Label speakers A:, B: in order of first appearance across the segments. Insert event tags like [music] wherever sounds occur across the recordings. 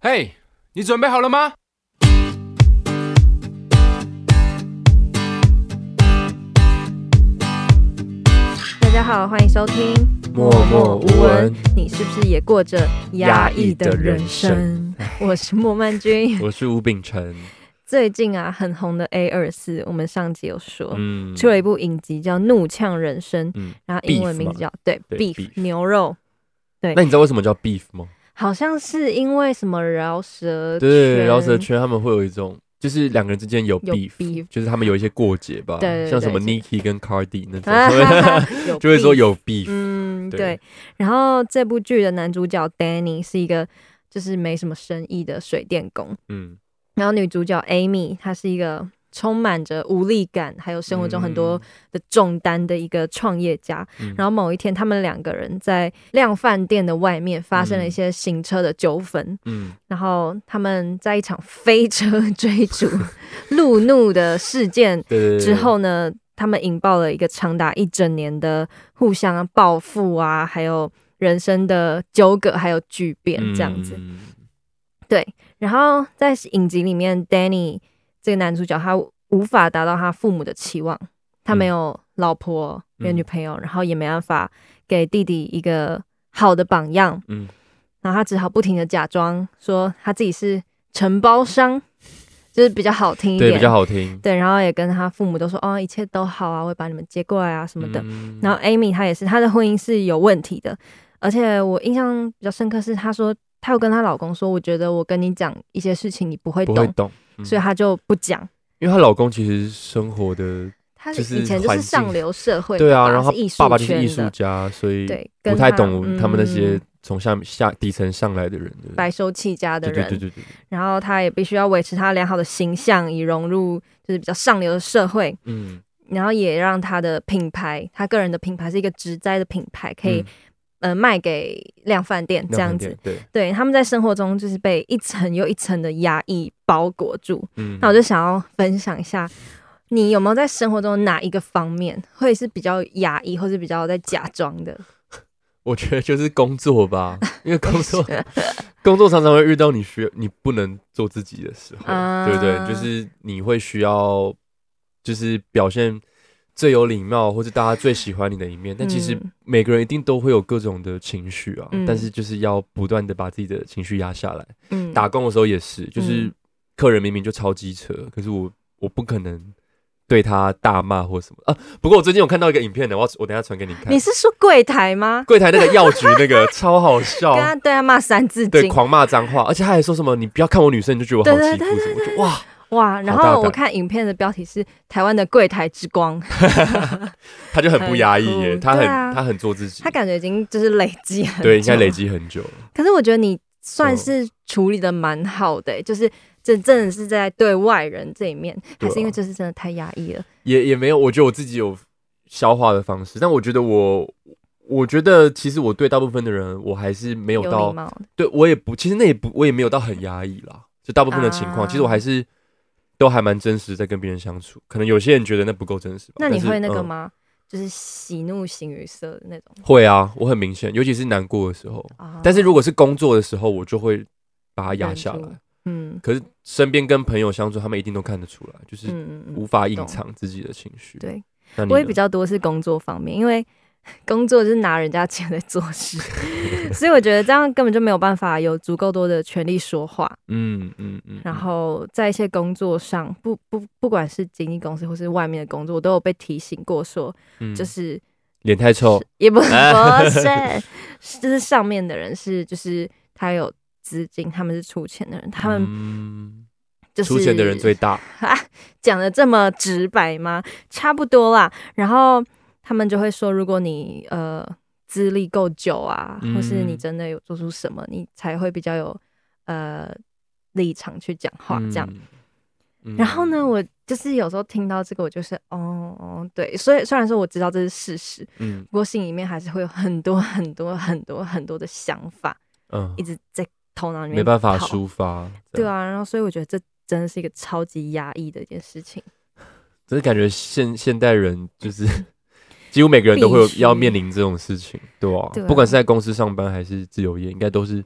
A: 嘿、你准备好了吗？
B: 大家好，欢迎收听
C: 默默无闻。
B: 你是不是也过着压抑的人
C: 压抑
B: 生？ [laughs] 我是莫曼君。
C: 我是吴秉承，
B: 最近啊，很红的 A 二四，我们上集有说，
C: 嗯，
B: 出了一部影集叫《怒呛人生》，
C: 嗯，
B: 然后英文名字叫对
C: 对
B: Beef
C: beef
B: 牛肉，
C: 那你知道为什么叫 beef 吗？
B: 好像是因为什么饶舌
C: 对，
B: 圈
C: 饶
B: [laughs]
C: 舌圈他 [laughs] 们会有一种，就是两个人之间有
B: 有
C: beef，
B: beef
C: 就是他们有一些过节吧，
B: 对对对
C: 像什么
B: 对
C: Nicki 跟 Cardi 那种，
B: 啊
C: 就会
B: 哈 [laughs] 哈有
C: 就会说
B: beef
C: 有 beef，
B: 嗯，
C: 对
B: 对。然后这部剧的男主角 Danny 是一个就是没什么生意的水电工，
C: 嗯，
B: 然后女主角 Amy 她是一个充满着无力感，还有生活中很多的重担的一个创业家。
C: 嗯，
B: 然后某一天，他们两个人在量饭店的外面发生了一些行车的纠纷，
C: 嗯，
B: 然后他们在一场飞车追
C: [laughs]
B: 逐、路怒的事件
C: 对对对，对
B: 之后，呢，他们引爆了一个长达一整年的互相报复啊，还有人生的纠葛，还有巨变
C: 嗯
B: 这样子。
C: 嗯
B: 然后在影集里面，Danny 这个男主角他无法达到他父母的期望，他
C: 嗯
B: 没有老婆，没有女朋友，然后也没办法给弟弟一个好的榜样，
C: 嗯，
B: 然后他只好不停的假装说他自己是承包商，就是比较好听一点，
C: 对，比较好听，
B: 对然后也跟他父母都说哦，一切都好啊，我会把你们接过来啊什么的。
C: 嗯
B: 然后 Amy 她也是，她的婚姻是有问题的，而且我印象比较深刻是，她说她有跟她老公说，我觉得我跟你讲一些事情你不会
C: 不
B: 懂，
C: 会懂，嗯
B: 所以她就不讲。
C: 因为她老公其实生活的，
B: 她
C: 就是
B: 以前就
C: 环
B: 是
C: 境
B: 上流社会的吧，
C: 对啊，然后
B: 是艺
C: 她
B: 术
C: 爸爸就是
B: 圈
C: 艺术
B: 的
C: 家，所以
B: 对，
C: 不
B: 跟
C: 太
B: 她
C: 懂他们那些
B: 嗯
C: 从下下底层上来的人，对不对
B: 白手起家的
C: 对
B: 人，
C: 对对对对，
B: 然后她也必须要维持她良好的形象，以融入就是比较上流的社会，
C: 嗯，
B: 然后也让她的品牌，她个人的品牌是一个植栽的品牌，可以、
C: 嗯
B: 呃卖给量贩店这
C: 量
B: 样
C: 贩
B: 子
C: 店。对，
B: 对，他们在生活中就是被一层又一层的压抑包裹住。
C: 嗯，
B: 那我就想要分享一下，你有没有在生活中哪一个方面会是比较压抑，或是比较在假装
C: [laughs]
B: 的？
C: 我觉得就是工作
B: [laughs]
C: 吧，因为工作
B: 嗯
C: 工作常常会遇到你需你不能做自己的时候，
B: 啊
C: 对不对？就是你会需要就是表现最有礼貌，或者大家最喜欢你的一面。但其实
B: 嗯
C: 每个人一定都会有各种的情绪啊，
B: 嗯
C: 但是就是要不断的把自己的情绪压下来。
B: 嗯，
C: 打工的时候也是，就是
B: 嗯
C: 客人明明就超机车，可是我我不可能。对他大骂或什么啊？不过我最近有看到一个影片的，我要我等一下传给你看
B: 你。是说柜台吗？
C: 柜台那个药局那
B: [laughs]
C: 个超好笑
B: 跟，他对他骂三字
C: 哦对，
B: 经，
C: 狂骂脏话，而且他还说什么“你不要看我女生，你就觉得我好欺负”什么，我就哇，
B: 哇！然
C: 好大
B: 后我
C: 胆
B: 看影片的标题是“台湾的柜台之光
C: 他就很不压抑
B: 很
C: 耶，
B: 酷
C: 他
B: 对
C: 很
B: 啊
C: 他很做自”，己
B: 他，感觉已经就是累积很
C: 对，应该
B: 久
C: 累
B: 了。
C: 积很久了，
B: 可是我觉得你
C: 嗯
B: 算是处理的蛮好的、欸就是这真的是在对外人这一面，
C: 对
B: 还
C: 啊
B: 是因为就是真的太压抑了？
C: 也也没有，我觉得我自己有消化的方式，但我觉得我。我觉得其实我对大部分的人，我还是没有
B: 有
C: 到呃
B: 礼，貌的，
C: 对我也不，其实那也不，我也没有到很压抑啦。就大部分的情况，
B: 啊
C: 其实我还是都还蛮真实，在跟别人相处。可能有些人觉得那不够真实吧。
B: 那你
C: 但是
B: 会那个
C: 嗯
B: 吗？就是喜怒形于色的那种
C: 会啊，我很明显，尤其是难过的时候。
B: 啊
C: 但是如果是工作的时候，我就会把它压
B: 忍
C: 下
B: 住
C: 来。
B: 嗯
C: 可是身边跟朋友相处，他们一定都看得出来，就是
B: 嗯嗯，
C: 无法隐
B: 懂
C: 藏自己的情绪。
B: 对，
C: 那你
B: 我也
C: 呢
B: 比较多是工作方面，因为 [laughs] 工作就是拿人家钱在做事， [laughs] 所以我觉得这样根本就没有办法有足够多的权利说话。
C: 嗯嗯嗯，嗯
B: 然后在一些工作上，不不不管是经纪公司或是外面的工作，我都有被提醒过说，
C: 嗯
B: 就是
C: 脸太臭，
B: 也不 [laughs] 不
C: 哎
B: 是，
C: [laughs]
B: 是就是上面的人是就是他有资金，他们是出钱的人，他们
C: 们
B: 就是
C: 嗯出钱的人最大。嗯
B: 讲的这么直白吗？差不多啦。然后他们就会说，如果你呃资历够久啊，
C: 嗯
B: 或是你真的有做出什么，你才会比较有呃立场去讲话这样。
C: 嗯。
B: 然后呢，
C: 嗯，
B: 我就是有时候听到这个，我就是哦哦，对，所以虽然说我知道这是事实，
C: 嗯
B: 不过心里面还是会有很多很多很多很多的想法，
C: 嗯
B: 一，直在头脑里面
C: 没办法
B: 跑。
C: 抒发。
B: 对
C: 这样，
B: 啊，然后所以我觉得这真的是一个超级压抑的一件事情。
C: 只是感觉现现代人就是 [laughs] 几乎每个人都会有
B: 必须
C: 要面临这种事情，对吧
B: 对啊？
C: 不管是在公司上班还是自由业，应该都是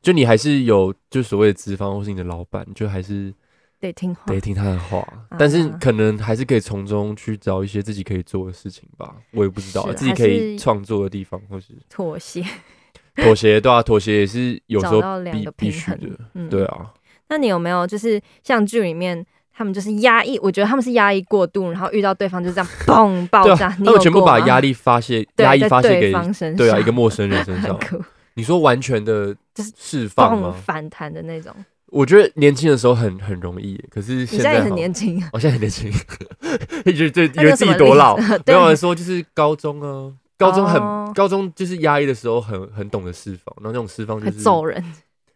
C: 就你还是有就所谓的资方或是你的老板，就还是
B: 得听话
C: 得。听他的话，
B: 嗯
C: 但是可能还是可以从中去找一些自己可以做的事情吧。我也不知道、
B: 是啊
C: 自己可
B: 还
C: 以
B: 是
C: 创作的地方，或是
B: 妥协，
C: 妥协，对啊，妥协也是有时
B: 找
C: 候
B: 到两
C: 必
B: 个
C: 必
B: 平
C: 须
B: 衡。
C: 的，
B: 嗯
C: 对啊，
B: 那你有没有就是像剧里面他们就是压抑？我觉得他们是压抑过度，然后遇到对方
C: [laughs]
B: 就这样嘣
C: 对
B: 爆炸。
C: 啊，
B: 嗯你
C: 他
B: 有
C: 们全部
B: 过
C: 把
B: 吗
C: 压力发泄，
B: 对
C: 压抑
B: 在
C: 发泄给
B: 对方身上，
C: 对啊一个陌生人身上
B: [laughs] 很，酷，
C: 你说完全的
B: 就是
C: 释放
B: 嘣
C: 吗？
B: 反弹的那种。
C: 我觉得年轻的时候很很容易，可是
B: 你
C: 现
B: 现在也
C: 好
B: 很
C: 像
B: 年轻，
C: 我现在很年轻， [laughs] 一直就
B: 那
C: 以为
B: 叫
C: 自己
B: 什么
C: 多
B: 例 [laughs]
C: 老，
B: 子
C: 没
B: 对
C: 有啊说就是高中啊，高中很、
B: 哦
C: 高中就是压抑的时候很很懂得释放，然后那种释放就
B: 还
C: 是
B: 揍人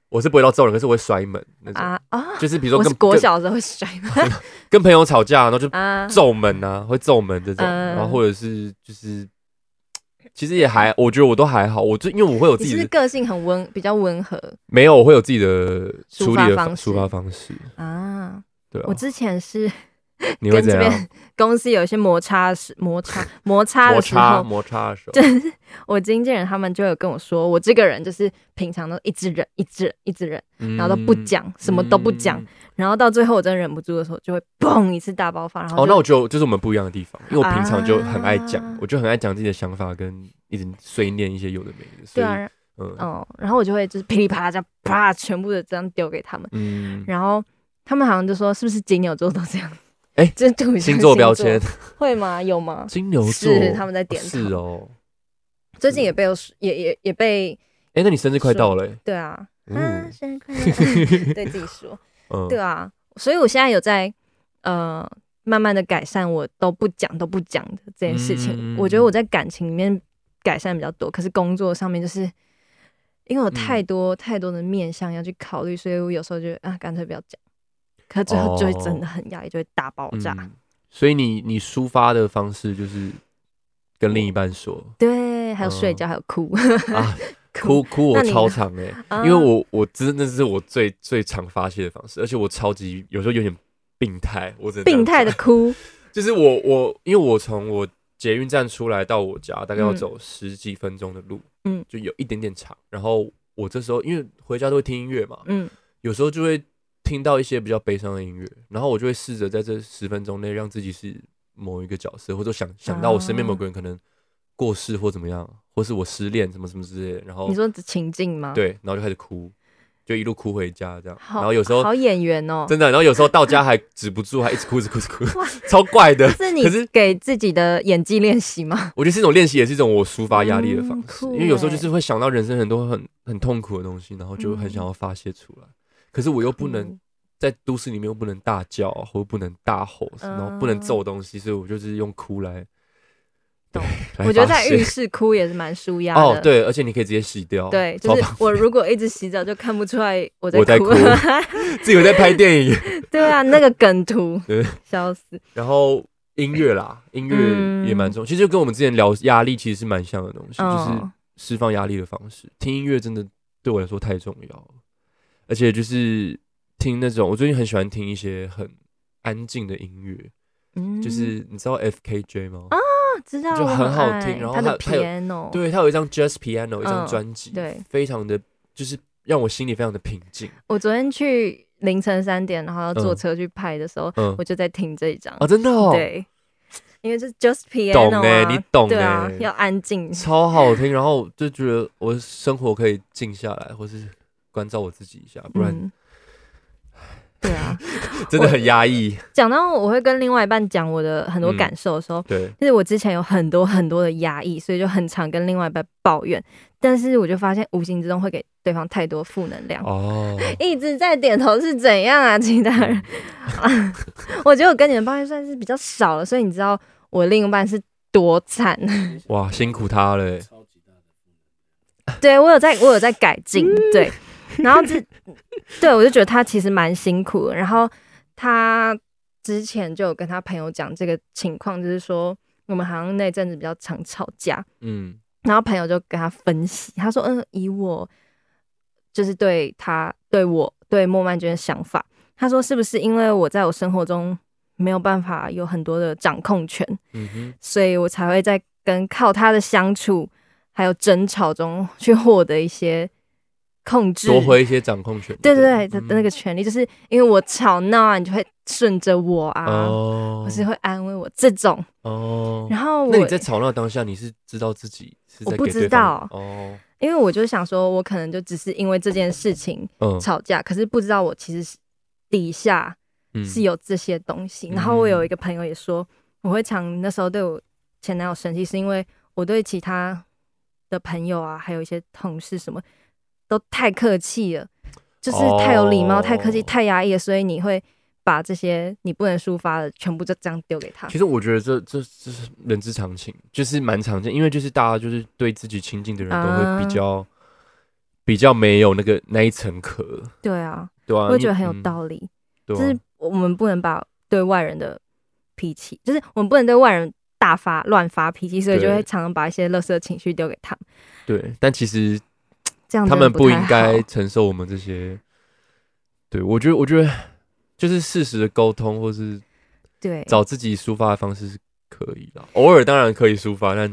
C: 我是不会到揍人，可是我会摔门那种，
B: 啊啊！
C: 就是比如说
B: 我
C: 跟
B: 是国
C: 跟
B: 小的时候会摔门
C: [laughs] 跟朋友吵架，然后就
B: 啊，
C: 揍门啊，会揍门这种，然后
B: 嗯
C: 或者是就是其实也还，我觉得我都还好，我就因为我会有自
B: 你
C: 己
B: 是不
C: 的
B: 是个性很温，比较温和
C: 没有，我会有自己的
B: 抒
C: 处
B: 发
C: 理的
B: 方
C: 方抒
B: 式
C: 发方式，
B: 啊？
C: 对啊
B: 我，之前是 [laughs]
C: 你会
B: 跟
C: 怎
B: 这
C: 样
B: 边？公司有一些摩擦时摩擦
C: [laughs]
B: 摩擦
C: 摩
B: 的时
C: 擦
B: 候，
C: 摩擦的时候，
B: 我经纪人他们就有跟我说，我这个人就是平常都一直忍，一直忍，一直忍，然后都不
C: 嗯，
B: 讲，什么都不讲，
C: 嗯
B: 然后到最后我真的忍不住的时候，就会嘣一次大爆发，然后
C: 哦，
B: 就
C: 那我觉得这是我们不一样的地方，因为我平常就很爱讲，
B: 啊
C: 我就很爱讲自己的想法，跟一直碎念一些有的没的，所
B: 对
C: 以、
B: 啊，
C: 嗯
B: 哦，然后我就会就是噼里啪啦这样啪，全部的这样丢给他们，
C: 嗯，
B: 然后他们好像就说是不是金牛座都这样？
C: 哎
B: [laughs] 这土象
C: 星座标签，
B: 会吗？有吗？
C: 金牛座
B: 是他们在点头
C: 是哦，
B: 最
C: 嗯
B: 近也被我也也也被
C: 哎、那你生日快到了、欸，
B: 对啊，啊，
C: 嗯
B: 生日快乐， [laughs] 对自己说，
C: 嗯，
B: 对啊，所以我现在有在呃慢慢的改善我都不讲都不讲的这件事情。
C: 嗯
B: 我觉得我在感情里面改善比较多，可是工作上面就是因为
C: 嗯
B: 我太多、太多的面向要去考虑，所以我有时候就啊干脆不要讲，可最后就会真的很压抑，就会大爆炸。
C: 哦嗯所以你你抒发的方式就是跟另一半
B: [laughs]
C: 说
B: 对，还有睡
C: 哦
B: 觉，还有哭，
C: 啊，哭哭
B: 嗯那
C: 我
B: 你呢
C: 超常哎、
B: 啊
C: 因为我我真的是我最最常发泄的方式，而且我超级有时候有点病态，我真
B: [laughs] 病态的哭，
C: 就是我我因为我从我捷运站出来到我家大概要
B: 嗯
C: 走十几分钟的路，
B: 嗯
C: 就有一点点长。然后我这时候因为回家都会听音乐嘛，
B: 嗯
C: 有时候就会听到一些比较悲伤的音乐，然后我就会试着在这十分钟内让自己是某一个角色，或者想想到我身边
B: 啊
C: 某个人可能过世或怎么样，或是我失恋什么什么之类的，然后
B: 你说情境吗？，
C: 对，然后就开始哭，就一路哭回家这样。
B: 好，
C: 然后有时候
B: 好演员哦，
C: 真的，然后有时候到家还止不住，还一直哭，一直哭，一直哭，超怪的。
B: 这是
C: 可是
B: 你给自己的演技练习吗？
C: 我觉得是一种练习，也是一种我抒发压力的方
B: 嗯
C: 式，
B: 酷
C: 因为有时候
B: 欸
C: 就是会想到人生很多很很痛苦的东西，然后就很
B: 嗯
C: 想要发泄出来，可是我又不能
B: 嗯
C: 在都市里面又不能大叫，啊或不能大吼，然后不能
B: 嗯
C: 揍东西，所以我就是用哭来，对
B: 懂，
C: 来
B: [laughs] 我觉得
C: 发
B: 在
C: 泄
B: 浴室哭也是蛮舒压的。
C: 哦，对，而且你可以直接洗掉，
B: 对
C: 超
B: 就是
C: 棒
B: 我如果一直洗澡就看不出来我在
C: 我在自己会在拍电影，
B: [laughs] 对啊，那个梗图
C: [laughs] 对，
B: 笑死。
C: 然后音乐啦，音乐也蛮
B: 嗯
C: 重，其实就跟我们之前聊压力其实是蛮像的东西，就是
B: 嗯，
C: 释放压力的方式。听音乐真的对我来说太重要了，而且就是听那种我最近很喜欢听一些很安静的音乐，
B: 嗯
C: 就是你知道 FKJ 吗？
B: 啊知道
C: 就
B: 我
C: 很好
B: 爱
C: 听然后
B: 他的
C: 它它有
B: piano，
C: 对，他有一张 Jazz Piano 一张
B: 嗯
C: 专辑，
B: 对
C: 非常的就是让我心里非常的平静。
B: 我昨天去凌晨三点，然后要坐
C: 嗯
B: 车去拍的时候，
C: 嗯
B: 我，就在听这一张
C: 啊，。真的哦，
B: 对，因为就是 just
C: 懂
B: piano
C: 欸
B: 啊
C: 你懂
B: 对啊
C: 欸，
B: 要安静。
C: 超好听，然后就觉得我的生活可以静下来，或是关照我自己一下，不然
B: 嗯，对啊，
C: 真的很压抑。
B: 讲到我会跟另外一半讲我的很多
C: 嗯
B: 感受的时候，
C: 对，
B: [laughs] 就是我之前有很多很多的压抑，所以就很常跟另外一半抱怨，但是我就发现无形之中会给对方太多负能量。 [laughs]
C: 哦，
B: 一直在点头是怎样啊？其他人， [laughs] 我觉得我跟你们抱怨算是比较少了，所以你知道我另一半是多惨。
C: 哇，辛苦他了欸，
B: 对我有在，我有在改进。对，然后这，对我就觉得他其实蛮辛苦的。然后他之前就有跟他朋友讲这个情况，就是说我们好像那阵子比较常吵架，
C: 嗯
B: 然后朋友就跟他分析，他说：“嗯，以我就是对他、对我、对莫曼君的想法，他说是不是因为我在我生活中没有办法有很多的掌控权，
C: 嗯哼，
B: 所以我才会在跟靠他的相处还有争吵中去获得一些控制，
C: 夺回一些掌控权。
B: 对对
C: 对
B: 对的那个权利，就是因为我吵闹啊，你就会顺着我啊，
C: 哦，
B: 我是会安慰我这种。
C: 哦。
B: 然后
C: 那你
B: 我
C: 在吵闹当下，你是知道自己是在
B: 我不
C: 给
B: 知
C: 对方
B: 道
C: 哦，
B: 因为我就想说，我可能就只是因为这件事情
C: 嗯，
B: 吵架，可是不知道我其实是底下
C: 嗯
B: 是有这些东西。
C: 嗯
B: 然后我有一个朋友也说，我会常那时候对我前男友生气，是因为我对其他的朋友啊，还有一些同事什么，都太客气了，就是太有礼貌、
C: 哦
B: 太客气、太压抑了，所以你会把这些你不能抒发的全部就这样丢给他。
C: 其实我觉得这这这是人之常情，就是蛮常见，因为就是大家就是对自己亲近的人都会比
B: 啊
C: 较、比较没有那个那一层壳，
B: 对啊，
C: 对啊，
B: 我会觉得
C: 你
B: 很有
C: 嗯
B: 道理，
C: 对啊
B: 就是我们不能把对外人的脾气，就是我们不能对外人大发乱发脾气，所以就
C: 对
B: 会常常把一些垃圾情绪丢给他们，
C: 对，但其实
B: 这样
C: 他
B: 真的
C: 们不
B: 太
C: 应该
B: 好
C: 承受我们这些。对，我觉得，我觉得就是适时的沟通，或是
B: 对
C: 找自己抒发的方式是可以啦。偶尔当然可以抒发，但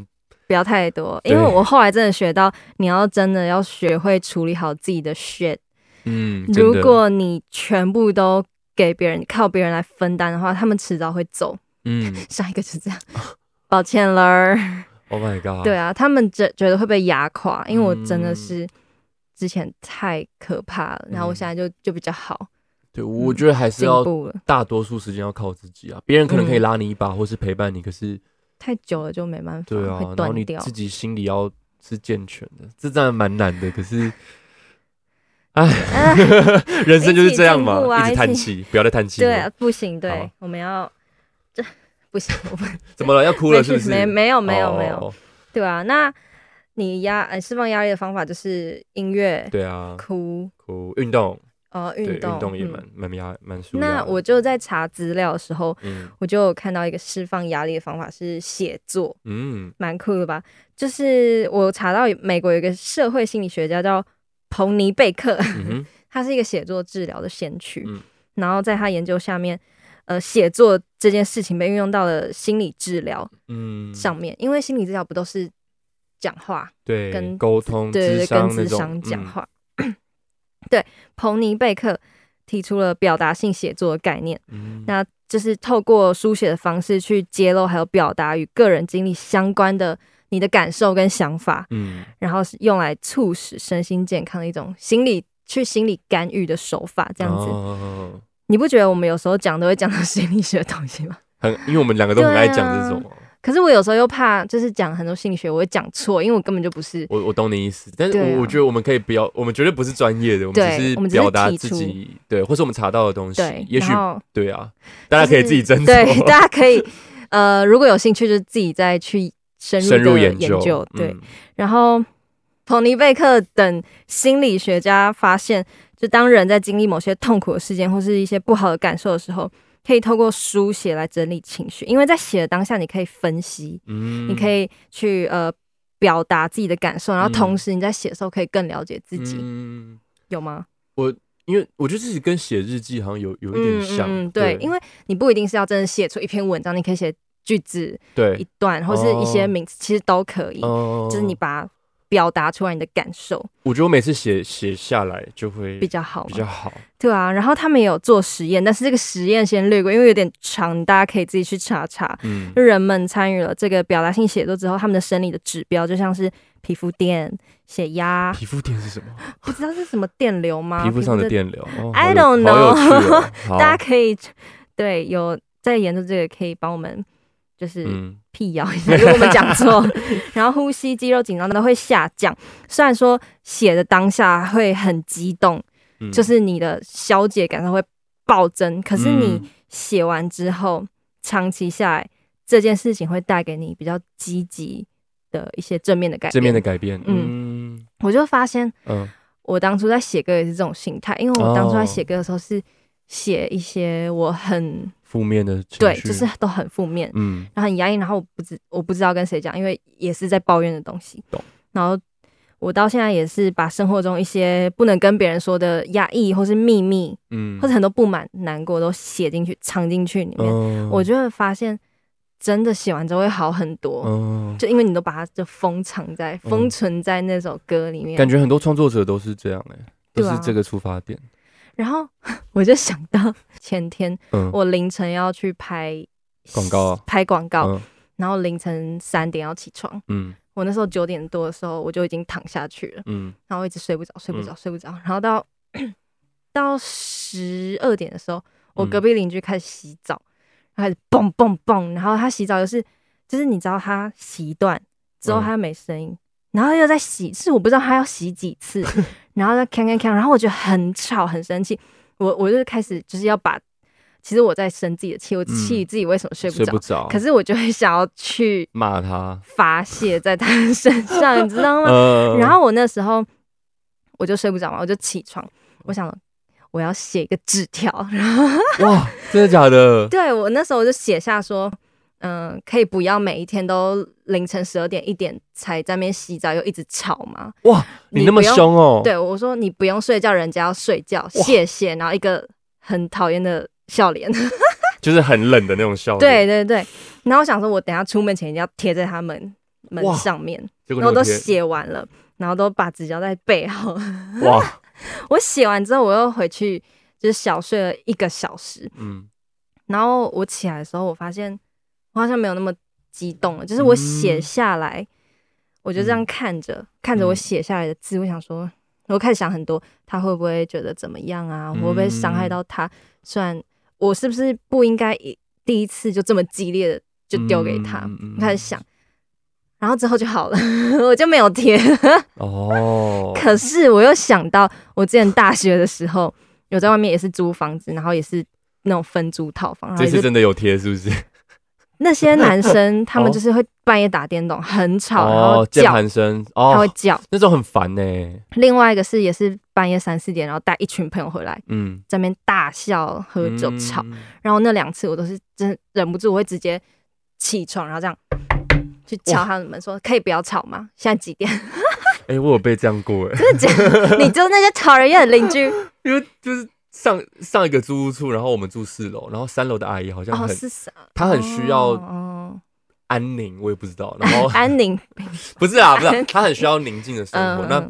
B: 不要太多，
C: 对
B: 因为我后来真的学到，你要真的要学会处理好自己的 shit。
C: 嗯，真
B: 如
C: 的
B: 果你全部都给别人靠别人来分担的话，他们迟早会走。
C: 嗯
B: 上一个就是
C: [laughs]
B: 这样，抱歉了儿。
C: ，Oh my god，
B: 对，啊，他们觉觉得会被压垮，因为我真的
C: 嗯
B: 是之前太可怕了，然后我
C: 嗯
B: 现在就就比较好
C: 对，我
B: 嗯
C: 觉得还是
B: 进
C: 要
B: 步了，
C: 大多数时间要靠自己啊，别人可
B: 嗯
C: 能可以拉你一把，或是陪伴你，可是
B: 太久了就没办法
C: 对啊然
B: 会，
C: 后
B: 断
C: 你
B: 掉
C: 自。己 [laughs] 心里要是健全的，这当然蛮难的，可
B: [laughs]
C: 是，哎，
B: 啊
C: 人生就是这样
B: 一起进步
C: 嘛，
B: 啊
C: 一直叹气，不要再叹气了，
B: 对啊，不行，对
C: 好，
B: 我们要 [laughs] 这不行，我们
C: 怎么了？要哭了是不是？
B: 没没有没有没有。
C: 哦，
B: 对啊，那你压呃释放压力的方法就是音乐、
C: 对啊，
B: 哭、
C: 哭运动，
B: 呃
C: 对，
B: 运动，
C: 运动也
B: 嗯
C: 蛮蛮压蛮舒压的。
B: 那我就在查资料的时候，
C: 嗯
B: 我就有看到一个释放压力的方法是写作，
C: 嗯
B: 蛮酷的吧？就是我查到美国有一个社会心理学家叫彭尼贝克，
C: 嗯哼
B: 他是一个写作治疗的先驱。
C: 嗯
B: 然后在他研究下面，呃，写作这件事情被运用到了心理治疗
C: 嗯，
B: 上面，因为心理治疗不都是讲话，
C: 对
B: 跟
C: 沟通
B: 对
C: 智
B: 对对，跟
C: 商那
B: 智
C: 种
B: 商讲
C: 嗯
B: 话。 [clears throat] 对，彭尼贝克提出了表达性写作的概念，
C: 嗯
B: 那就是透过书写的方式去揭露还有表达与个人经历相关的你的感受跟想法，
C: 嗯
B: 然后是用来促使身心健康的一种心理去心理干预的手法。这样子，
C: 哦子，
B: 你不觉得我们有时候讲都会讲到 [laughs] 心理学的东西吗？
C: 很因为我们两个都很
B: 对
C: 爱讲这
B: 啊
C: 种哦。
B: 可是我有时候又怕，就是讲很多心理学我会讲错，因为我根本就不是
C: 我我懂你意思，但是
B: 对
C: 我
B: 啊
C: 我觉得我们可以不要，我们绝对不是专业的，我
B: 对
C: 们只
B: 我们只是
C: 表达
B: 提
C: 自
B: 出
C: 己对，或是我们查到的东西
B: 对，，
C: 也许
B: 然后
C: 对啊，大家可以自己斟酌，
B: 对，大家可以呃，如果有兴趣，就自己再去深入
C: 深入
B: 地
C: 研
B: 究。
C: 究，
B: 对，
C: 嗯
B: 然后彭尼贝克等心理学家发现，就当人在经历某些痛苦的事件或是一些不好的感受的时候，可以透过书写来整理情绪，因为在写的当下，你可以分析，
C: 嗯
B: 你可以去呃。表达自己的感受，然后
C: 嗯
B: 同时你在写的时候可以更了解自己，
C: 嗯
B: 有吗？
C: 因为我觉得自己跟写日记好像有有一
B: 嗯
C: 点像，
B: 嗯嗯，对，因为你不一定是要真的写出一篇文章，你可以写句子、一
C: 对，
B: 段或是一些
C: 哦
B: 名词，其实都可以，
C: 哦
B: 就是你，把它表达出来你的感受
C: 我觉得我每次写写下来就会
B: 比较好嘛，
C: 比较好，
B: 对啊，然后他们也有做实验，但是这个实验先略过，因为有点长，大家可以自己去查查。
C: 嗯
B: 就人们参与了这个表达性写作之后，他们的生理的指标就像是皮肤电、血
C: [laughs]
B: 压，
C: 皮肤电是什么？
B: 不知道是什么电流吗？
C: 皮肤上的
B: 的，
C: 电流哦好
B: I
C: 有
B: don't
C: 好有
B: know
C: 趣哦好
B: 大家可以对有在研究这个，可以帮我们就是
C: 嗯
B: [laughs] 辟谣一下，如果我们
C: [laughs]
B: 讲错。然后呼吸肌肉紧张都会下降，虽然说写的当下会很激动，
C: 嗯
B: 就是你的消解感受会暴增，可是你
C: 嗯
B: 写完之后，长期下来这件事情会带给你比较积极的一些正面的改变。
C: 正面的，改变，嗯
B: 嗯我就发现
C: 嗯
B: 我当初在写歌也是这种心态，因为我当初在
C: 哦
B: 写歌的时候是写一些我很
C: 负面的情
B: 对，
C: 绪
B: 就是都很负面，
C: 嗯
B: 然后很压抑，然后我不知我不知道跟谁讲，因为也是在抱怨的东西
C: 懂。
B: 然后我到现在也是把生活中一些不能跟别人说的压抑或是秘密，
C: 嗯
B: 或者很多不满、难过都写进去、藏进去里面。
C: 嗯
B: 我就会发现真的写完之后会好很多，
C: 嗯，
B: 就因为你都把它就封藏在、封存在那首歌里面。
C: 感觉很多创作者都是这样哎、都
B: 对啊
C: 是这个出发点。
B: 然后 [laughs] 我就想到前天
C: 嗯，
B: 我凌晨要去拍
C: 广告啊
B: 拍广告，
C: 嗯
B: 然后凌晨三点要起床。
C: 嗯
B: 我那时候九点多的时候我就已经躺下去了，
C: 嗯
B: 然后一直睡不着，睡不着，
C: 嗯
B: 睡不着。然后到到十二点的时候，我
C: 嗯
B: 隔壁邻居开始洗澡，然后开始蹦蹦蹦，然后他洗澡就是就是你知道他洗一段之后
C: 嗯
B: 他没声音，然后又在洗，是我不知道他要洗几
C: [laughs]
B: 次，然后再锵锵锵，然后我觉得很吵，很生气，我我就开始就是要把。其实我在生自己的气，我气
C: 嗯
B: 自己为什么睡不
C: 睡
B: 着，
C: 不着，
B: 可是我就会想要去
C: 骂他，
B: 发泄在他的身上，你知道吗？
C: 呃，
B: 嗯然后我那时候我就睡不着嘛，我就起床，
C: 嗯
B: 我想我要写一个纸条，然后
C: 哇，真的假的？
B: 对我那时候我就写下说，嗯、可以不要每一天都凌晨十二点一点才在那边洗澡又一直吵吗？
C: 哇，你那么
B: 不用
C: 凶哦？，
B: 对我说你不用睡觉，人家要睡觉，谢谢。然后一个很讨厌的笑脸，
C: 就是很冷的那种笑
B: 对
C: 脸。
B: 对对。然后我想说，我等一下出门前一定要贴在他们门
C: 哇
B: 上面，
C: 对，结
B: 然
C: 果
B: 后都
C: 那天
B: 写完了，然后都把纸胶带备好，
C: 哇，
B: 我写完之后，我又回去就是小睡了一个小时，
C: 嗯
B: 然后我起来的时候，我发现我好像没有那么激动了，就是我写下来，我就这样看着、看着我写下来的字，我想说，我开始想很多，他会不会觉得怎么样啊？我会不会伤害到他？虽然我是不是不应该一第一次就这么激烈的就丢给他？
C: 嗯嗯嗯嗯
B: 我开始想。然后之后就好了， [laughs] 我就没有贴。
C: 哦，
B: [laughs] 可是我又想到，我之前大学的时候，有在外面也是租房子，然后也是那种分租套房，然后
C: 这
B: 也
C: 次
B: 是
C: 真的有贴是不是？[laughs]
B: 那些男生他们
C: 哦
B: 就是会半夜打电动，很吵，然后
C: 哦，键
B: 叫，
C: 盘声
B: 他会
C: 哦，
B: 叫。
C: 那种很烦欸呢。
B: 另外一个是也是半夜三四点，然后带一群朋友回来，
C: 嗯，
B: 在那边大笑、喝酒、
C: 嗯
B: 吵。，然后那两次我都是真的忍不住，我会直接起床，然后这样。去敲他们门说可以不要吵吗？现在几点？
C: 哎，我有被这样过哎， [laughs]
B: 真的假的你就是那些讨人厌的邻居
C: 因为就是上上一个租屋处，然后我们住四楼，然后三楼的阿姨好像
B: 哦，
C: 很
B: 是啥？
C: 她很需要
B: 哦
C: 安宁，我也不知道，然 [laughs] 后
B: 安宁
C: 不是啊，不是啊
B: 安宁
C: 她很需要宁静的生活。
B: 嗯
C: 那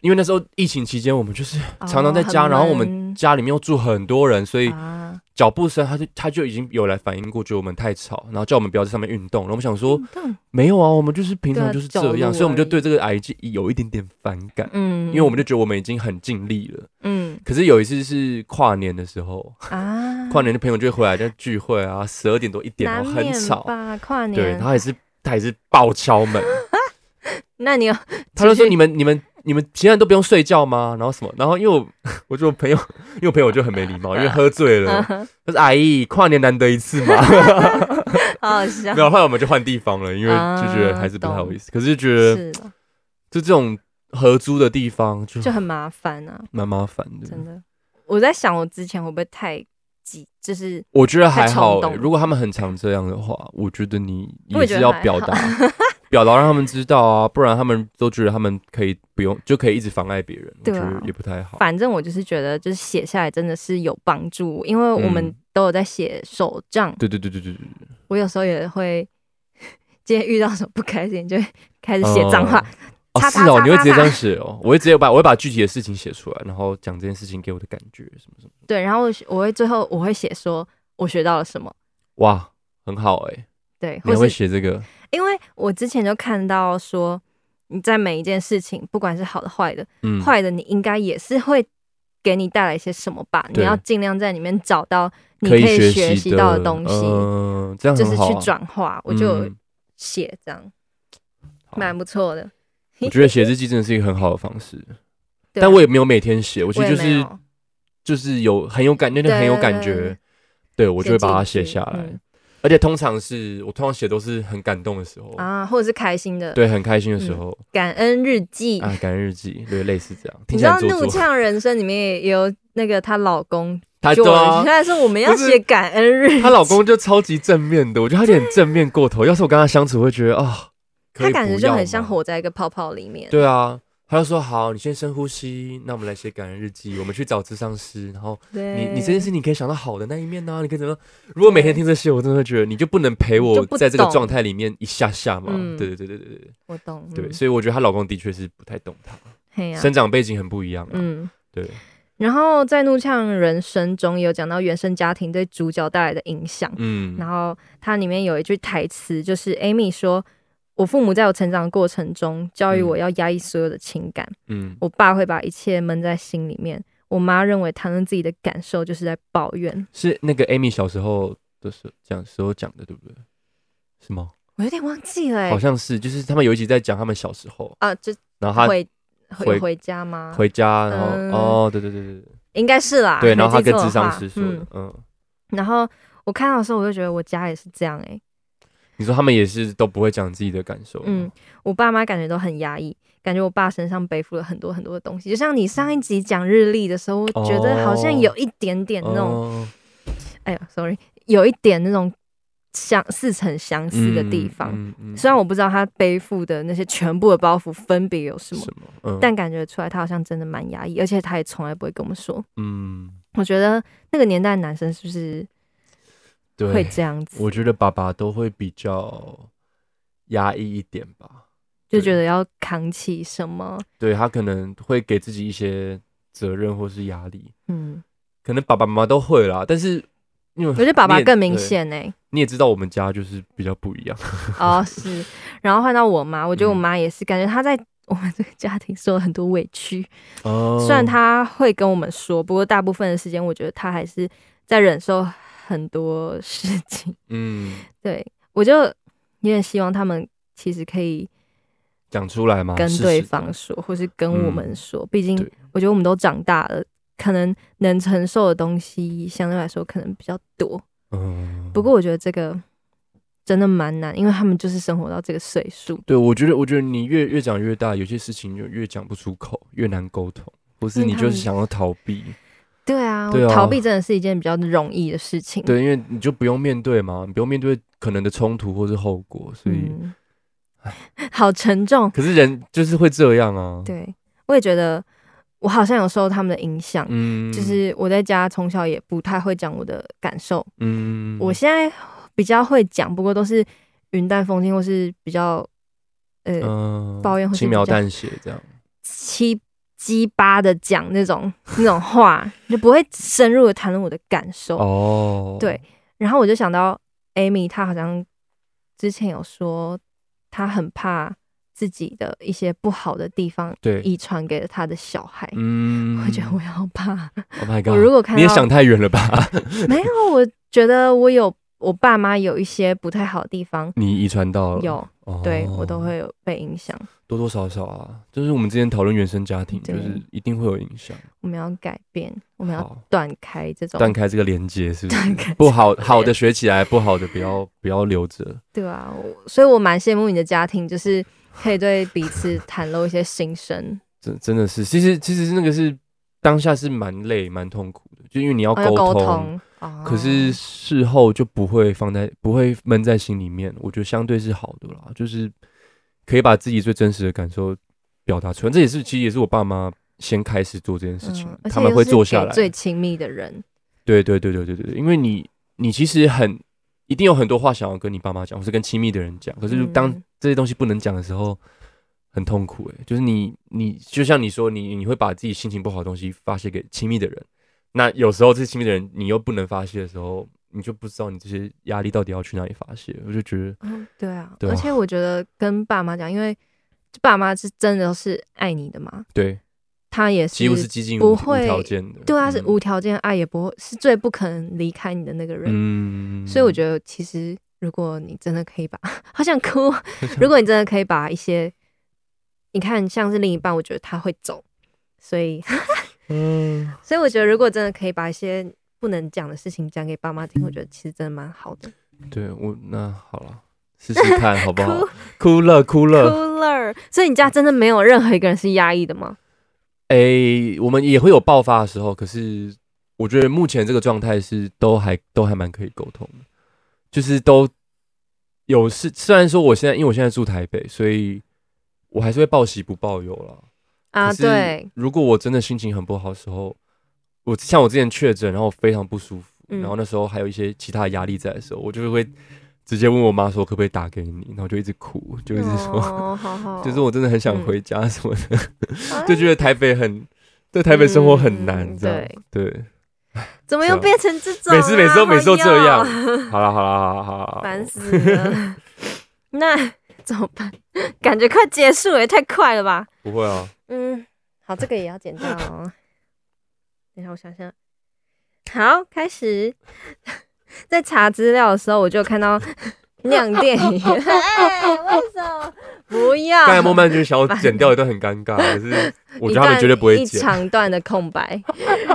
C: 因为那时候疫情期间，我们就是常常在
B: 哦
C: 家，
B: 很
C: 然后我
B: 闷
C: 们家里面又住很多人，所以
B: 啊，
C: 脚步声，他就他就已经有来反应过，觉得我们太吵，然后叫我们不要在上面运动。然后我们想说，
B: 嗯
C: 没有啊，我们就是平
B: 对
C: 常
B: 啊
C: 就是这
B: 走路
C: 样，所以我们就
B: 而已
C: 对这个癌症有一点点反感，
B: 嗯，
C: 因为我们就觉得我们已经很尽力了。
B: 嗯
C: 可是有一次是跨年的时候，
B: 啊，
C: 跨年的朋友就会回来在聚会啊，十二点多一点，然
B: 难
C: 后很
B: 免
C: 吵，
B: 吧，跨年，
C: 对，然后也是他也是暴敲
B: [laughs]
C: 门，
B: 那你有
C: 他就
B: 继
C: 说
B: 续
C: 你们你们你们其他人都不用睡觉吗？然后什么？然后因为我 [laughs] 我就朋友，因为我朋友就很没礼貌，因为喝醉
B: [laughs] 嗯
C: 了，他说阿姨跨年难得一次嘛。
B: 好好笑
C: 没，有，后来我们就换地方了，因为就觉得还是不太好意思。可是就觉得
B: 啊是的，
C: 就这种合租的地方就
B: 就很麻烦啊，
C: 蛮麻烦的。
B: 真的。我在想，我之前会不会太急，就是
C: 我觉得还好、欸
B: 太冲动了
C: 如果他们很常这样的话，我觉得
B: [laughs]
C: 你
B: 我也
C: 也
B: 觉得
C: 是要
B: 还好
C: 表达，
B: [laughs]
C: 表达让他们知道啊，不然他们都觉得他们可以不用，就可以一直妨碍别人，
B: 对啊
C: 我觉得也不太好。
B: 反正我就是觉得，就是写下来真的是有帮助，因为我们
C: 嗯
B: 都有在写手账，
C: 对对对对对对，对
B: 我有时候也会 [laughs] 今天遇到什么不开心，就会开始写脏话
C: 哦，哦，
B: 擦
C: 是
B: 擦
C: 哦，
B: 擦
C: 你会
B: 擦
C: 直接
B: 擦
C: 这样写哦，我会直接把我会把具体的事情写出来，然后讲这件事情给我的感觉什么什么，
B: 对，然后我我会最后我会写说我学到了什么，
C: 哇，很好哎、
B: 对，
C: 你还
B: 或
C: 会
B: 是
C: 写这个，
B: 因为我之前就看到说，你在每一件事情，不管是好的坏的，
C: 嗯，
B: 坏、的你应该也是会给你带来一些什么吧？你
C: 对
B: 要尽量在里面找到你
C: 可以
B: 以
C: 学
B: 学
C: 习
B: 习到的东西，
C: 嗯，这样
B: 就
C: 很
B: 是
C: 好啊、
B: 去转化。我就有
C: 嗯
B: 写这样，
C: 好
B: [laughs] 蛮不错的。
C: 我觉得写日记真的是一个很好的方式，
B: 对啊
C: 但我也没有每天写，我
B: 我
C: 其实就
B: 也没
C: 是
B: 有
C: 就是有很有感，那天
B: 对
C: 很有感
B: 对
C: 觉，对我就会把它写
B: 写进去
C: 下来
B: 嗯，
C: 而且通常是我通常写都是很感动的时候，
B: 啊，或者是开心的
C: 对，很开心的时候
B: 感恩日记。
C: 啊，感恩日记，对，类似这样，
B: 嗯
C: 听
B: 你知
C: 起来
B: 道《
C: 很做
B: 怒
C: 作，
B: 呛人生》里面也有那个她老公
C: 她
B: g
C: 对
B: e
C: 啊
B: 现，在说我们要
C: 不是
B: 写感恩日记，
C: 她老公就超级正面的，我觉得她有点正面过头，要是我跟她相处，会觉得啊，可
B: 他
C: 以
B: 感觉
C: 不
B: 就
C: 要
B: 很像
C: 吗
B: 活在一个泡泡里面。
C: 对啊，他就说好，你先深呼吸，那我们来写感人日记，我们去找智商师，然后你
B: 对，
C: 你这件事，你可以想到好的那一面呢、你可以怎么样？如果每天听这些，我真的会觉得你就不能陪
B: 就
C: 我
B: 不
C: 在这个
B: 懂
C: 状态里面一下下嘛？
B: 嗯
C: 对对对对对对
B: 我懂，
C: 对，
B: 嗯
C: 所以我觉得她老公的确是不太懂她，
B: 嘿呀，
C: 生长背景很不一样、啊。
B: 嗯。
C: 对，
B: 然后在《怒呛人生》中有讲到原生家庭对主角带来的影响，
C: 嗯，
B: 然后它里面有一句台词，就是 Amy 说：“我父母在我成长的过程中教育我要压抑所有的情感，
C: 嗯，
B: 我爸会把一切闷在心里面，我妈认为谈论自己的感受就是在抱怨。
C: 是那个 Amy 小时候的时候讲时候讲的，对不对？是吗？”
B: 我有点忘记了、欸，
C: 好像是，就是他们有一集在讲他们小时候，
B: 啊，就
C: 然后
B: 回
C: 回
B: 回回家吗
C: 他？回家，然后、
B: 嗯
C: 哦，对对对对对
B: 应该是啦，
C: 对，然后他
B: 没记
C: 跟
B: 错的
C: 智商
B: 话
C: 师说的
B: 嗯，
C: 嗯，
B: 然后我看到的时候，我就觉得我家也是这样哎、
C: 你说他们也是都不会讲自己的感受，
B: 嗯，我爸妈感觉都很压抑，感觉我爸身上背负了很多很多的东西。就像你上
C: 嗯
B: 一集讲日历的时候，我觉得好像
C: 哦
B: 有一点点那种，
C: 哦
B: 哎呀，sorry，有一点那种相似曾相似的地方。
C: 嗯嗯嗯
B: 虽然我不知道他背负的那些全部的包袱分别有什么，
C: 什么，嗯，
B: 但感觉出来他好像真的蛮压抑，而且他也从来不会跟我们说。
C: 嗯，
B: 我觉得那个年代的男生是不是
C: 对，
B: 会这样子，
C: 我觉得爸爸都会比较压抑一点吧，
B: 就
C: 对
B: 觉得要扛起什么？
C: 对他可能会给自己一些责任或是压力，
B: 嗯，
C: 可能爸爸妈妈都会啦，但是因为我
B: 我觉得爸爸更明显欸呢、
C: 你也知道我们家就是比较不一样，
B: 哦，是。然后换到我妈，我觉得我
C: 嗯
B: 妈也是，感觉她在我们这个家庭受了很多委屈。
C: 哦
B: [laughs] 虽然她会跟我们说，不过大部分的时间，我觉得她还是在忍受很多事情。
C: 嗯
B: 对我就有点希望他们其实可以
C: 讲出来嘛，
B: 跟
C: 事实
B: 对方说，或是跟我们说，毕竟
C: 嗯对
B: 我觉得我们都长大了。可能能承受的东西相对来说可能比较多，
C: 嗯，
B: 不过我觉得这个真的蛮难，因为他们就是生活到这个岁数，
C: 对我觉得我觉得你越越长越大，有些事情就越讲不出口，越难沟通，不是
B: 因为
C: 你
B: 嗯他
C: 就是
B: 们
C: 想要逃避，
B: 对啊，
C: 对啊
B: 逃避真的是一件比较容易的事情。，
C: 对，因为你就不用面对嘛，你不用面对可能的冲突或是后果，所以、
B: 嗯， [laughs] 好沉重。
C: 可是人就是会这样啊，，
B: 对，我也觉得我好像有受他们的影响，
C: 嗯
B: 就是我在家从小也不太会讲我的感受，
C: 嗯
B: 我现在比较会讲，不过都是云淡风轻或是比较呃、
C: 嗯
B: 抱怨或是
C: 轻
B: 比
C: 描
B: 较
C: 淡写这样，
B: 七鸡巴的讲那种那种话，就不会深入的谈论我的感受。
C: 哦，
B: 对，然后我就想到 Amy，她好像之前有说，她很怕自己的一些不好的地方
C: 对，
B: 遗传给了她的小孩。
C: 嗯，
B: 我觉得我要怕，
C: ，Oh my God，
B: 我如果看到
C: 你也想太远了吧？ [laughs]
B: 没有，我觉得我有我爸妈有一些不太好的地方，
C: 你遗传到了，
B: 有，
C: 哦、
B: 对我都会有被影响，
C: 多多少少啊，就是我们之前讨论原生家庭，就
B: 对
C: 是一定会有影响。
B: 我们要改变，我们要
C: 好，
B: 断开这种
C: 断开这个连接是不
B: 断
C: 是？
B: 开
C: 不好好的学起来，不好的不要不要留着。
B: 对啊，我所以我蛮羡慕你的家庭，就是可以对彼此 [laughs] 袒露一些心声，
C: 真真的是，其实其实那个是当下是蛮累蛮痛苦的，就因为你要
B: 哦要
C: 沟
B: 沟通，哦
C: 可是事后就不会放在不会闷在心里面，我觉得相对是好的啦，就是可以把自己最真实的感受表达出来。这也是其实也是我爸妈先开始做这件事情，
B: 嗯、而且
C: 他们
B: 又
C: 会
B: 是
C: 坐下
B: 给
C: 来。
B: 最亲密的人，
C: 对对对对对对，因为你你其实很一定有很多话想要跟你爸妈讲，或是跟亲密的人讲，可是当
B: 嗯
C: 这些东西不能讲的时候，很痛苦诶、就是你你就像你说，你你会把自己心情不好的东西发泄给亲密的人，那有时候这亲密的人你又不能发泄的时候，你就不知道你这些压力到底要去哪里发泄，我就觉得
B: 嗯，对啊，
C: 对啊
B: 而且我觉得跟爸妈讲，因为爸妈是真的是爱你的嘛，
C: 对，
B: 他也
C: 几乎是激进无
B: 不
C: 无
B: 会
C: 条件的，
B: 对啊，是
C: 嗯
B: 无条件爱，也不会是最不可能离开你的那个人。
C: 嗯，
B: 所以我觉得，其实如果你真的可以把， [laughs] 好
C: [laughs]
B: 想哭，如果你真的可以把一些，你看像是另一半，我觉得他会走，所以 [laughs]
C: 嗯，
B: 所以我觉得，如果真的可以把一些不能讲的事情讲给爸妈听，我觉得其实真的蛮好的。
C: 对我那好了，试试看好不
B: [laughs]
C: 好？哭了哭了。
B: Cooler，所以你家真的没有任何一个人是压抑的吗？
C: 诶、我们也会有爆发的时候，可是我觉得目前这个状态是都还都还蛮可以沟通的，就是都有事。虽然说我现在因为我现在住台北，所以我还是会报喜不报忧啦。
B: 啊，对，，
C: 如果我真的心情很不好的时候，我像我之前确诊，然后我非常不舒服，
B: 嗯
C: 然后那时候还有一些其他的压力在的时候，我就会直接问我妈说可不可以打给你，然后就一直哭，就一直说，
B: 哦，好
C: [laughs]
B: 好，
C: 就是我真的很想
B: 嗯
C: 回家什么的，
B: 啊
C: 就觉得台北很。对台北生活很难，
B: 嗯
C: 这样、对。
B: 怎么
C: 这
B: 又
C: 样
B: 变成这种啊？
C: 每次每次都每次都
B: 好
C: 这样
B: 哟，
C: 好了好了好了好了，
B: 烦死了。 [laughs] 那 [laughs] 怎么办？感觉快结束了，也太快了吧？
C: 不会啊，
B: 嗯，好，这个也要剪 [laughs] 掉哦。等一下，我想想。好，开始。在查资料的时候，我就看到 [laughs] 酿电影。 [laughs] 哎，为什么不要？
C: 刚才莫曼君想要剪掉一段很尴尬，可是我
B: 一
C: 觉得他们
B: 段
C: 绝对不会
B: 一
C: 剪。
B: 长段的空白，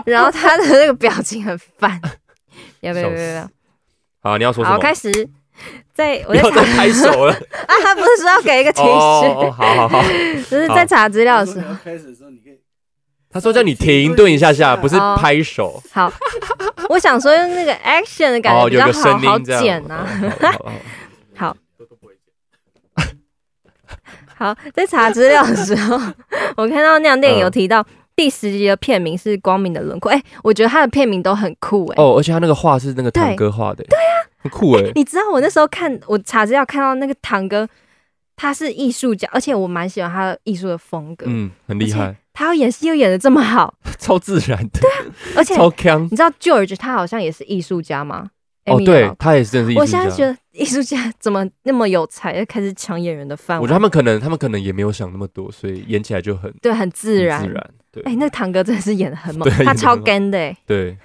B: 然后他的那个表情很烦。要不要？
C: 笑
B: 要不要？
C: 好，你要说什
B: 好，
C: 么？
B: 开始。在
C: 不
B: 我在
C: 要
B: 查
C: 再拍手了。
B: 啊，他不是说要给一个提示，
C: 哦，好好好。
B: 就是在查资料的时候。
D: 候，开始的时候你可以
C: 他说叫你停顿一下下，不是拍手。
B: 好，我想说用那个 action 的感
C: 哦，
B: 觉比
C: 有
B: 较
C: 个声
B: 好好
C: 音这样。嗯
B: 剪啊。
C: 好好好
B: 好，好，在查资料的时候， [laughs] 我看到酿电
C: 嗯
B: 影有提到第十集的片名是《光明的轮廓》，哎，我觉得它的片名都很酷哎。
C: 哦，而且他那个画是那个堂哥画的，对啊，很酷哎。
B: 你知道我那时候看我查资料看到那个堂哥，他是艺术家，而且我蛮喜欢他的艺术的风格。
C: 嗯，很厉害，
B: 他演戏又演的这么好，
C: [laughs] 超自然的，
B: 而且
C: 超强。
B: 你知道 George 他好像也是艺术家吗？
C: 哦，
B: Amy 的老
C: 对
B: 公，
C: 他也是真的是
B: 我
C: 艺术
B: 现在觉
C: 家。
B: 得艺术家怎么那么有才，又开始抢演员的饭
C: 我
B: 碗
C: 觉得他们可能，他们可能也没有想那么多，所以演起来就很
B: 对，很自然。
C: 自然。对
B: 哎、那堂哥真的是演的很猛
C: 对，
B: 他
C: 演得
B: 超
C: 很好
B: 干的哎、
C: 对，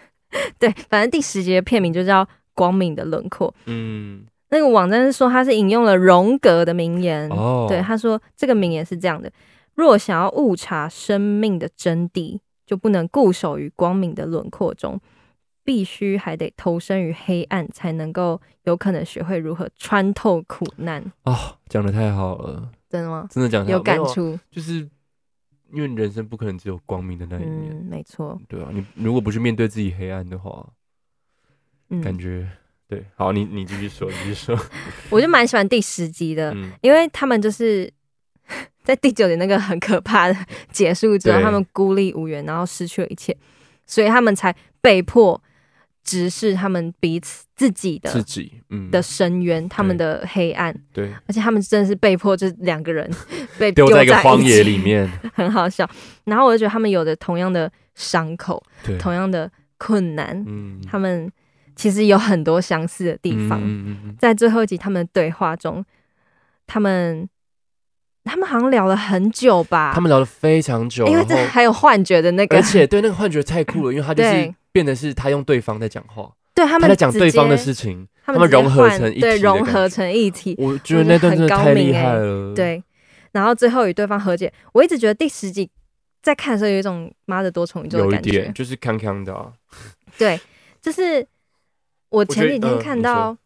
B: 对，反正第十集的片名就叫《光明的轮廓》。
C: 嗯，
B: 那个网站是说他是引用了荣格的名言，
C: 哦，
B: 对，他说这个名言是这样的：若想要悟察生命的真谛，就不能固守于光明的轮廓中，必须还得投身于黑暗，才能够有可能学会如何穿透苦难。
C: 啊，讲的太好了，
B: 真的吗？
C: 真的讲得太好
B: 有感，
C: 没啊
B: 触？
C: 就是因为人生不可能只有光明的那一面，
B: 嗯，没错。
C: 对啊，你如果不去面对自己黑暗的话，感
B: 嗯，
C: 觉对。好，你你继续说，你继续说。
B: 我就蛮喜欢第十集的，
C: 嗯，
B: 因为他们就是 [laughs] 在第九年那个很可怕的 [laughs] 结束之后，
C: 对
B: 他们孤立无援，然后失去了一切，所以他们才被迫直视他们彼此自己
C: 自
B: 的
C: 己，嗯，
B: 的深渊，他们的黑暗，
C: 对，
B: 而且他们真的是被迫，就是两个人 [laughs] 被
C: 丢
B: 丢
C: 在一
B: 在
C: 个荒野
B: 起，
C: 里面，
B: 很好笑。然后我就觉得他们有着同样的伤口，
C: 对，
B: 同样的困难，
C: 嗯，
B: 他们其实有很多相似的地方。
C: 嗯嗯嗯
B: 在最后一集他们的对话中，他们他们好像聊了很久吧，
C: 他们聊了非常久，
B: 因为
C: 然
B: 这
C: 后
B: 还有幻觉的那个
C: 而，且对那个幻觉太酷了，因为他就是
B: 对
C: 变得是他用对方在讲话，
B: 对他
C: 他
B: 们
C: 在讲
B: 直
C: 对方的
B: 接，
C: 事情，
B: 他
C: 他们
B: 直接
C: 融合
B: 换
C: 成一体
B: 对
C: 的
B: 融
C: 感
B: 合
C: 觉嗯
B: 成一体，
C: 我觉得那段真的太厉害
B: 很欸
C: 了，，
B: 对，然后最后与对方和解。我一直觉得第十集在看的时候有一种妈的多重宇宙的
C: 有一
B: 感
C: 点
B: 觉，
C: 就是康康的啊，
B: 对，就是我前几
C: 我觉
B: 天
C: 得嗯
B: 看
C: 你
B: 到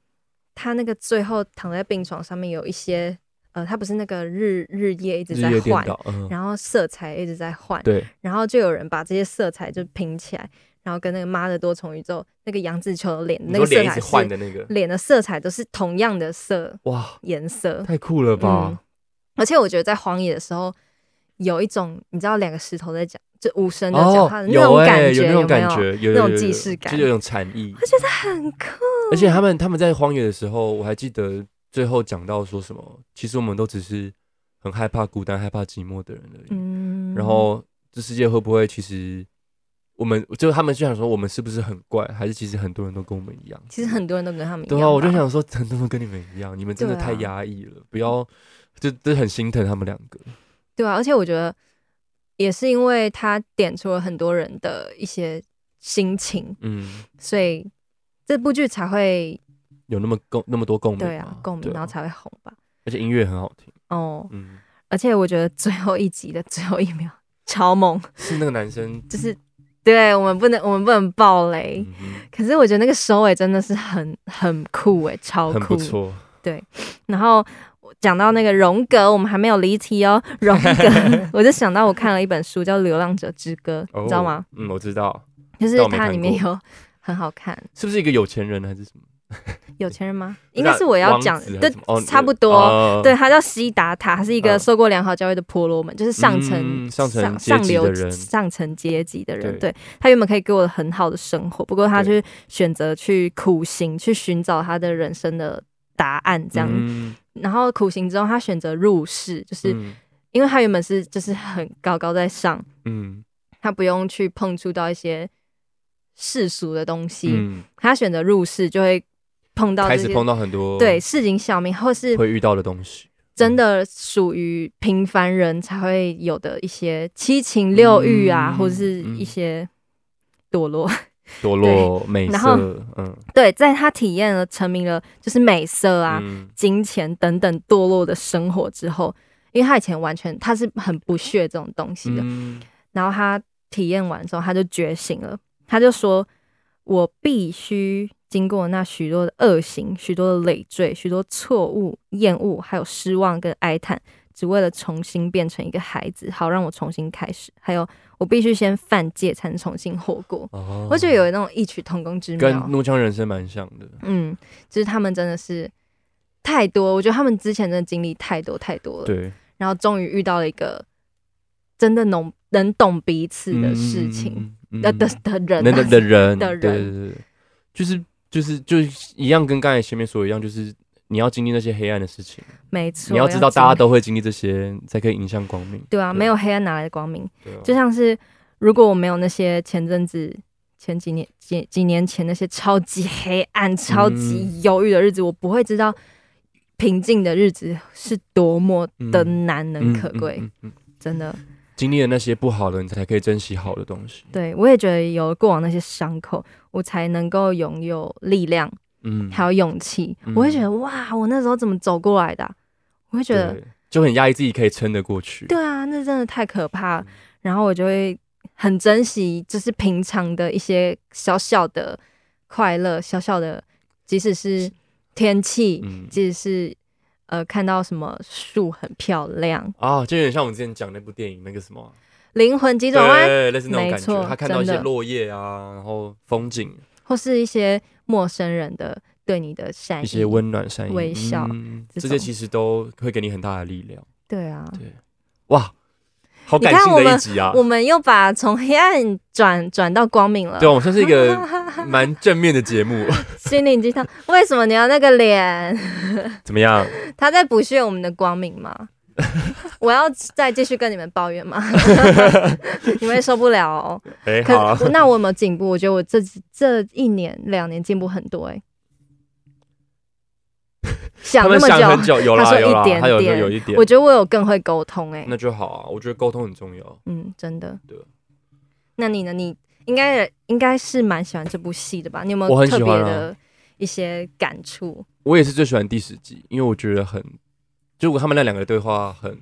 B: 他那个最后躺在病床上面有一些。呃，他不是那个日日夜一直
C: 日
B: 在
C: 夜颠
B: 换，
C: 倒，嗯，
B: 然后色彩一直在换，
C: 对，
B: 然后就有人把这些色彩就拼起来，然后跟那个妈的多重宇宙那个杨紫琼的脸那
C: 你
B: 个
C: 说
B: 色
C: 脸一
B: 彩
C: 直换
B: 是
C: 的那个，
B: 脸的色彩都是同样的色
C: 哇，
B: 颜色，
C: 太酷了
B: 嗯
C: 吧，
B: 而且我觉得在荒野的时候有一种你知道两个石头在讲，就无声的讲
C: 哦
B: 话的，那
C: 有
B: 种
C: 哎，
B: 感
C: 有
B: 觉，
C: 那种
B: 没
C: 感
B: 有？
C: 觉，有
B: 那种
C: 有有
B: 既
C: 有
B: 视感嗯
C: 就是有一种禅意，
B: 很酷，
C: 而且他们他们在荒野的时候，我还记得最后讲到说什么，其实我们都只是很害怕孤单、害怕寂寞的人而已。
B: 嗯，
C: 然后这世界会不会其实我们就他们就想说我们是不是很怪，还是其实很多人都跟我们一样？
B: 其实很多人都跟他们一样吧，
C: 对啊，我就想说很多人跟你们一样，你们真的
B: 对啊
C: 太压抑了，不要就就很心疼他们两个。
B: 对啊，而且我觉得也是因为他点出了很多人的一些心情，
C: 嗯，
B: 所以这部剧才会
C: 有那么共那么多共鸣嘛，
B: 对啊共鸣，
C: 对啊
B: 然后才会红吧。
C: 而且音乐很好听，
B: 哦，
C: 嗯，
B: 而且我觉得最后一集的最后一秒超猛，
C: 是那个男生，
B: 就是对我们不能我们不能爆雷，
C: 嗯哼
B: 可是我觉得那个收尾真的是很很酷诶，超
C: 很
B: 酷
C: 不。错，
B: 然后我讲到那个荣格，我们还没有离
C: [laughs]
B: 题哦，荣格，我就想到我看了一本书叫《流浪者之歌》，
C: 哦
B: 你知道吗？？
C: 嗯，我知道，
B: 就是
C: 但我没
B: 它
C: 看
B: 里面
C: 过
B: 有很好看，
C: 是不是一个有钱人还是什么？
B: 有钱人吗？应该是我要讲
C: 王子还是
B: 对
C: 什么哦，
B: 差不多。
C: 哦
B: 对，他叫西达塔，他是一个
C: 嗯
B: 受过良好教育的婆罗门，就是上层、
C: 嗯上层阶级
B: 上流
C: 的人
B: 上层阶级的人。
C: 对
B: 对他原本可以给我很好的生活，不过他
C: 对
B: 去选择去苦行，去寻找他的人生的答案，这样。
C: 嗯
B: 然后苦行之后，他选择入世，就是、
C: 嗯
B: 因为他原本是就是很高高在上，
C: 嗯
B: 他不用去碰触到一些世俗的东西，
C: 嗯，
B: 他选择入世就会碰到
C: 开
B: 这些
C: 始碰到很多
B: 对市井小民或是
C: 会遇到的东西，
B: 真的属于平凡人才会有的一些七情六欲啊，
C: 嗯
B: 或者是一些堕落。 [laughs]
C: 堕落、美
B: 然后
C: 色，嗯
B: 对，在他体验了、沉迷了就是美色啊、
C: 嗯
B: 金钱等等堕落的生活之后，因为他以前完全他是很不屑这种东西的，
C: 嗯
B: 然后他体验完之后，他就觉醒了，他就说：“我必须经过那许多的恶行、许多的累赘、许多错误、厌恶，还有失望跟哀叹，只为了重新变成一个孩子，好让我重新开始。还有，我必须先犯戒，才能重新活过。
C: 哦
B: 我觉得有那种异曲同工之
C: 跟
B: 妙。
C: 怒呛人生蛮像的，
B: 嗯，就是他们真的是太多，我觉得他们之前真的经历太多太多了。
C: 对，
B: 然后终于遇到了一个真的懂能懂彼此的事情，
C: 嗯，
B: 呃、
C: 嗯
B: 的的人、
C: 那
B: 啊
C: 的的人
B: 的
C: 对
B: 人
C: 对对对，就是就是就是一样，跟刚才前面说的一样，就是你要经历那些黑暗的事情，
B: 没错，
C: 你要知道大家
B: 经历
C: 都会经历这些，才可以迎向光明。
B: 对啊，
C: 对
B: 没有黑暗哪来的光明？
C: 对啊
B: 就像是如果我没有那些前阵子。前几年几几年前那些超级黑暗、超
C: 嗯
B: 级忧郁的日子，我不会知道平静的日子是多么的难能可贵。
C: 嗯嗯嗯嗯
B: 真的，
C: 经历了那些不好的，你才可以珍惜好的东西。
B: 对我也觉得有过往那些伤口，我才能够拥有力量
C: 嗯，
B: 还有勇气，
C: 嗯
B: 我会觉得哇，我那时候怎么走过来的啊、我会觉得，
C: 对就很压抑自己可以撑得过去。
B: 对啊，那真的太可怕
C: 嗯
B: 了。然后我就会很珍惜，就是平常的一些小小的快乐，小小的，即使是天气，
C: 嗯
B: 即使是呃看到什么树很漂亮，
C: 啊，就有点像我们之前讲那部电影那个什么啊，
B: 灵魂急
C: 对
B: 转弯，
C: 对，类似那种
B: 没
C: 感觉。
B: 错
C: 他看到一些
B: 真的
C: 落叶啊，然后风景，
B: 或是一些陌生人的对你的善意，
C: 一些温暖善意、
B: 微笑
C: 嗯
B: 这
C: 这
B: 种
C: 些其实都会给你很大的力量。
B: 对啊。
C: 哇，好
B: 你
C: 感
B: 看
C: 性
B: 我
C: 的
B: 们
C: 一集啊！
B: 我们又把从黑暗转转到光明了
C: 对，，啊我们算是一个
B: [laughs]
C: 蛮正面的节目， [laughs]
B: 心灵鸡汤。为什么你要那个脸？
C: 怎么样？
B: 他在不屑我们的光
C: [laughs]
B: 明吗？我要再继续跟你们抱怨吗？你们会受不了哦。
C: 哎、
B: 可
C: 好啊、
B: 那我有没有进步？我觉得我这这一年两年进步很多
C: [laughs]
B: 哎、想
C: 他
B: 那
C: 们
B: 么
C: 想很
B: 久，
C: 久，有
B: 他
C: 啦
B: 说
C: 有
B: 一
C: 啦，
B: 点
C: 他有
B: 点
C: 有一点
B: 我，觉得我有更会沟通哎、
C: 那就好啊。我觉得沟通很重要。
B: 嗯，真的
C: 对。
B: 那你呢？你应该也应该是蛮喜欢这部戏的吧？你有没
C: 我
B: 有
C: 很
B: 特
C: 喜
B: 别
C: 欢啊
B: 的一些感触？
C: 我也是最喜欢第十集，因为我觉得很，就他们那两个对话很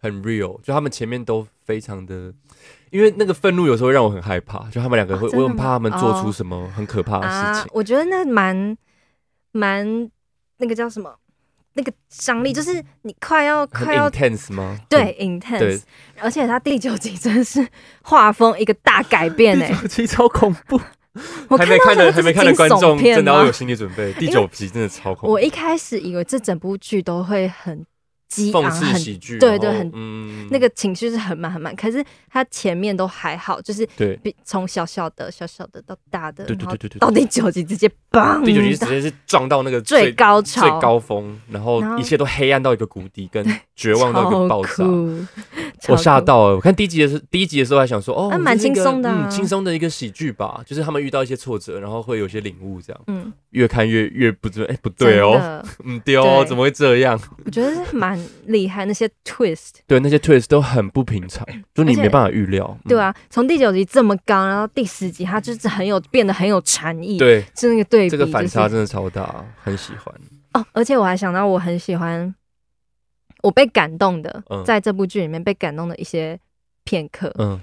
C: 很 real，就他们前面都非常的，因为那个愤怒有时候会让我很害怕，就他们两个会，
B: 啊真的
C: 我很怕
B: 吗
C: 他们做
B: 哦
C: 出什么很可怕的事情。
B: 啊我觉得那蛮蛮那个叫什么？那个张力就是你快要
C: 嗯很
B: 快要
C: intense 吗？
B: 对
C: 对
B: intense，而且他第九集真的是画风一个大改
C: [laughs]
B: 变哎、
C: 第九集超恐怖，
B: 我
C: 还没
B: 到
C: 看
B: 这
C: 的
B: 个
C: 还没
B: 是
C: 看的
B: 惊
C: 观
B: 悚
C: 众
B: 片
C: 真的
B: 吗
C: 要有心理准备，第
B: 因为
C: 九集真的超恐怖。
B: 我一开始以为这整部剧都会很激昂，
C: 讽刺
B: 很
C: 喜剧，
B: 对
C: 然
B: 对
C: 后
B: 很
C: 嗯
B: 那个情绪是很满很满，可是他前面都还好，就是
C: 对
B: 比从小小的小小的到大的，
C: 对对
B: 然后
C: 对对对
B: 到第九集直接棒，
C: 第九集是直接是撞到那个
B: 最高潮，
C: 最高峰，然
B: 然
C: 后
B: 后
C: 一切都黑暗到一个谷底，跟绝望到一个爆 [laughs] 炸
B: 超。酷，
C: 我
B: 超
C: 吓
B: 酷。
C: 到了，欸我看第一集的时候，第一集的时候还想说，哦，
B: 啊蛮
C: 这是一个
B: 轻松的啊
C: 嗯轻松的一个喜剧吧，就是他们遇到一些挫折，然后会有些领悟，这样
B: 嗯，
C: 越看越越不对，哎，不
B: 真
C: 对哦，
B: 的，
C: 嗯，对哦，
B: 对
C: 怎么会这样？
B: 我觉得是
C: [laughs]
B: 蛮厉害，那些 twist，
C: 对，那些 twist 都很不平常，就你
B: 而且
C: 没办法预料，嗯
B: 对，啊，从第九集这么高，然后第十集它就是很有变得很有禅意，，
C: 对，
B: 是那个对比，
C: 这个反差
B: 就是
C: 真的超大，很喜欢，
B: 哦，而且我还想到我很喜欢，我被感动的，
C: 嗯
B: 在这部剧里面被感动的一些片刻，
C: 嗯，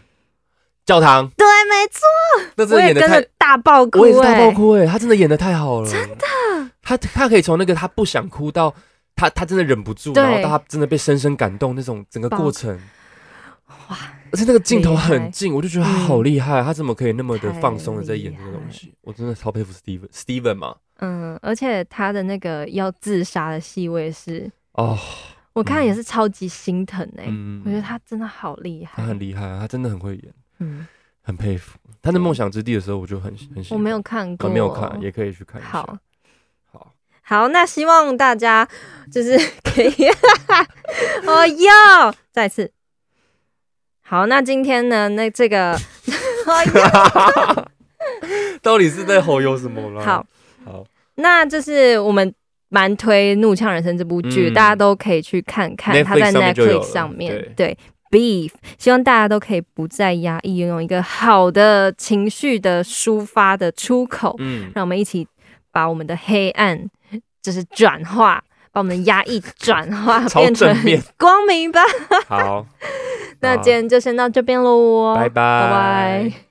C: 教
B: [laughs]
C: 堂
B: 对，没错，
C: 那真
B: 我
C: 的
B: 也
C: 演的
B: 跟
C: 太
B: 着大爆哭、欸，
C: 我也是大爆哭哎、他真的演的太好了，真的，他他可以从那个他不想哭到他他真的忍不住，
B: 对
C: 然后到他真的被深深感动那种整个
B: 爆
C: 过程，而且那个镜头
B: 厉害嗯
C: 很近，我就觉得他好厉害，他怎么可以那么的
B: 太
C: 放松的在演这个
B: 厉害
C: 东西？我真的超佩服 Steven Steven 嘛，
B: 嗯，而且他的那个要自杀的戏，我也是，
C: 哦，
B: 我看也是超级心疼哎、
C: 嗯
B: 我觉得他真的好厉害
C: 他，很厉害啊，他真的很会演，
B: 嗯，
C: 很佩服。他在《梦想之地》的时候，我就很很喜
B: 我
C: 欢
B: 没有看
C: 我
B: 过，
C: 哦没有看，也可以去看一下。
B: 好，
C: 好，
B: 好，那希望大家就是 [laughs] 可以，哦哟，再次。好，那今天呢？那这个，哦哟，
C: [laughs] 到底是在吼有什么啦？
B: 好，
C: [laughs] 好，
B: 那就是我们蛮推《怒呛人生》这部剧，
C: 嗯
B: 大家都可以去看看，
C: Netflix
B: 它在
C: 上面就有
B: Netflix 上面。
C: 了
B: 对 Beef，希望大家都可以不再压抑，拥有一个好的情绪的抒发的出口。
C: 嗯，
B: 让我们一起把我们的黑暗就是转化，把我们的压抑转化
C: [laughs] 超
B: 变成
C: 正面
B: 光明吧。
C: 好，
B: [laughs]
C: [laughs]
B: 那今天就先到这边喽，
C: 拜拜，
B: 拜拜。